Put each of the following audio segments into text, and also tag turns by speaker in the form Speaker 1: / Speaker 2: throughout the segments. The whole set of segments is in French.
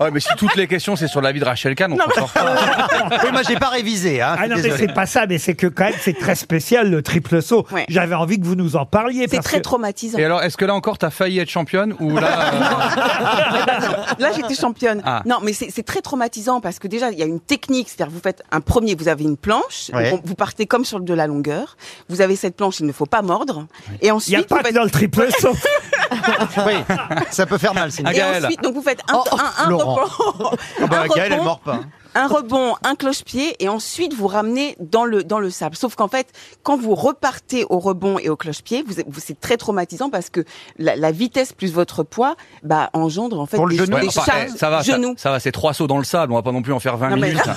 Speaker 1: Ouais, Ah, mais si toutes les questions c'est sur la vie de Rachel Kahn, on s'en sort pas.
Speaker 2: Ah,
Speaker 3: Oui, moi, j'ai pas révisé. Hein,
Speaker 4: Ah non, mais c'est pas ça, mais c'est que quand même, c'est très spécial, le triple saut.
Speaker 5: Ouais.
Speaker 4: J'avais envie que vous nous en parliez.
Speaker 5: C'est
Speaker 4: parce
Speaker 5: très
Speaker 4: que-
Speaker 5: traumatisant.
Speaker 1: Et alors, est-ce que là encore, t'as failli être championne ou là euh,
Speaker 5: Là, j'étais championne.
Speaker 1: Ah.
Speaker 5: Non, mais c'est c'est très traumatisant parce que déjà, il y a une technique. C'est-à-dire, vous faites un premier, vous avez une planche,
Speaker 3: Ouais.
Speaker 5: donc on- vous partez comme sur de la longueur. Vous avez cette planche, il ne faut pas mordre. Et
Speaker 4: Il n'y a
Speaker 5: ensuite, vous
Speaker 4: pas que
Speaker 5: faites-
Speaker 4: dans le triple saut.
Speaker 3: Oui, ça peut faire mal, sinon.
Speaker 1: Ah,
Speaker 5: et
Speaker 1: Gaëlle.
Speaker 5: ensuite, donc vous faites un,
Speaker 3: Oh, oh,
Speaker 5: un- un
Speaker 3: Laurent.
Speaker 5: rebond,
Speaker 3: Ah bah,
Speaker 5: un
Speaker 3: Gaëlle, elle
Speaker 5: rebond,
Speaker 3: mord pas. hein.
Speaker 5: un rebond, un cloche-pied, et ensuite vous ramenez dans le dans le sable. Sauf qu'en fait, quand vous repartez au rebond et au cloche-pied, vous, vous- c'est très traumatisant parce que la, la vitesse plus votre poids, bah engendre en fait
Speaker 3: Pour le
Speaker 5: des,
Speaker 3: genou.
Speaker 5: des
Speaker 3: Ouais,
Speaker 1: enfin,
Speaker 5: charges
Speaker 1: eh, Ça va, ça,
Speaker 5: genoux.
Speaker 1: ça va, c'est trois sauts dans le sable, on va pas non plus en faire 20
Speaker 5: Non, mais-
Speaker 1: minutes.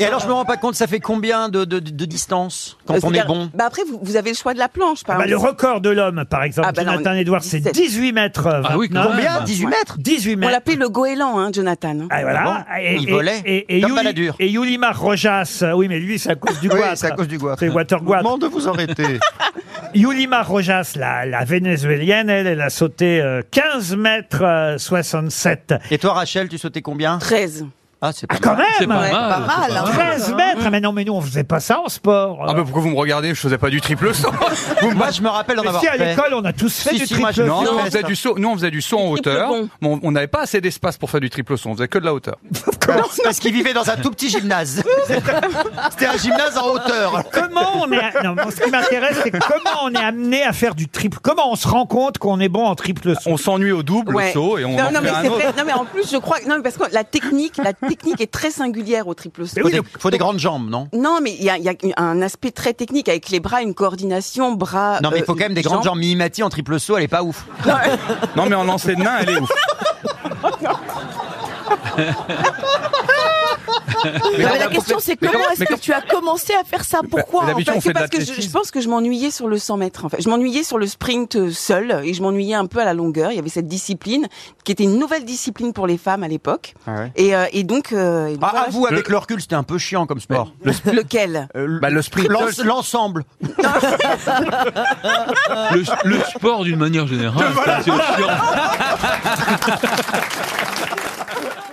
Speaker 3: Et alors, je me rends pas compte, ça fait combien de, de, de distance quand
Speaker 5: Euh,
Speaker 3: on est
Speaker 5: c'est-à-dire-
Speaker 3: bon
Speaker 5: Bah après, vous, vous avez le choix de la planche, par
Speaker 4: Bah, le
Speaker 5: exemple.
Speaker 4: record de l'homme, par exemple,
Speaker 5: Ah bah non,
Speaker 4: Jonathan
Speaker 5: on est
Speaker 4: Edwards, c'est
Speaker 5: 17.
Speaker 4: 18 mètres. euh,
Speaker 1: Ah oui,
Speaker 4: 29.
Speaker 1: quand même.
Speaker 3: Combien 18 mètres
Speaker 4: 18
Speaker 5: On
Speaker 4: mètres.
Speaker 5: l'appelait le goéland, hein, Jonathan. hein.
Speaker 4: Ah, voilà.
Speaker 3: Ah bon
Speaker 4: et,
Speaker 3: Il
Speaker 4: et-
Speaker 3: volait.
Speaker 4: Et, et,
Speaker 3: Comme
Speaker 4: Yuli-
Speaker 3: Balladur.
Speaker 4: et Yulimar Rojas, euh, oui, mais lui, c'est à cause du
Speaker 3: Oui,
Speaker 4: goitre.
Speaker 3: c'est à cause du goitre.
Speaker 4: C'est water goitre.
Speaker 3: de vous arrêter.
Speaker 4: Yulimar Rojas, la, la vénézuélienne, elle, elle a sauté euh, 15 mètres euh, 67.
Speaker 3: Et toi, Rachel, tu sautais combien
Speaker 5: 13.
Speaker 3: Ah, c'est
Speaker 4: Ah,
Speaker 3: pas
Speaker 4: quand
Speaker 3: mal.
Speaker 4: même
Speaker 6: C'est pas
Speaker 5: Ouais, hein.
Speaker 6: mal. c'est pas mal.
Speaker 4: 13
Speaker 3: bah,
Speaker 4: mètres Ah, Mais non, mais nous, on faisait pas ça en sport.
Speaker 1: Ah bah pourquoi vous me regardez Je faisais pas du triple saut. Vous me-
Speaker 3: Moi, je me rappelle en
Speaker 4: Mais
Speaker 3: avoir
Speaker 4: si, à
Speaker 3: fait.
Speaker 4: l'école, on a tous fait
Speaker 3: Si,
Speaker 4: du
Speaker 3: si, moi,
Speaker 4: triple
Speaker 3: je me
Speaker 4: saut.
Speaker 1: Nous, on
Speaker 3: Ouais,
Speaker 1: faisait
Speaker 3: ça.
Speaker 1: du saut, nous on faisait du saut en
Speaker 5: Du triple
Speaker 1: hauteur,
Speaker 5: bond.
Speaker 1: mais on- on n'avait pas assez d'espace pour faire du triple saut, on faisait que de la hauteur.
Speaker 3: Parce qu'il vivait dans un tout petit gymnase. C'était un gymnase en hauteur.
Speaker 4: Comment on est... a- Non, moi, ce qui m'intéresse, c'est comment on est amené à faire du triple... Comment on se rend compte qu'on est bon en triple saut
Speaker 1: On s'ennuie au double
Speaker 5: Ouais.
Speaker 1: saut et on
Speaker 5: non,
Speaker 1: en
Speaker 5: non,
Speaker 1: fait
Speaker 5: mais
Speaker 1: un
Speaker 5: c'est
Speaker 1: autre.
Speaker 5: vrai. Non, mais en plus, je crois. que- Non, mais parce que la technique, la technique est très singulière au triple saut.
Speaker 4: Mais
Speaker 3: Faut
Speaker 4: oui,
Speaker 3: des,
Speaker 4: donc-
Speaker 3: faut des grandes jambes, non
Speaker 5: Non, mais il y a, il y a un aspect très technique avec les bras, une coordination bras.
Speaker 3: Non, mais il
Speaker 5: euh,
Speaker 3: faut quand même Ah, des grandes jambes. Mimimati en triple saut, elle est pas ouf.
Speaker 1: Non mais en lancer de nain, elle est ouf.
Speaker 2: Non, mais
Speaker 1: quand-
Speaker 2: la question, c'est
Speaker 1: mais quand-
Speaker 2: comment est-ce
Speaker 1: mais
Speaker 2: que
Speaker 1: quand-
Speaker 2: tu as commencé à faire ça Pourquoi
Speaker 1: mais
Speaker 2: en
Speaker 1: d'habitude,
Speaker 2: fait
Speaker 1: on fait
Speaker 5: C'est
Speaker 1: de
Speaker 5: parce que je,
Speaker 1: l'athlétisme.
Speaker 5: je pense que je m'ennuyais sur le 100 mètres. En fait, je m'ennuyais sur le sprint euh, seul et je m'ennuyais un peu à la longueur. Il y avait cette discipline qui était une nouvelle discipline pour les femmes à l'époque. Et, euh, et donc, euh, et donc,
Speaker 3: Ah,
Speaker 5: voilà,
Speaker 3: avoue, avec le recul, c'était un peu chiant comme sport.
Speaker 5: je- lequel
Speaker 1: Bah, le sprint,
Speaker 3: L'en- L'ensemble.
Speaker 6: Le, le sport, d'une manière générale, c'est aussi chiant.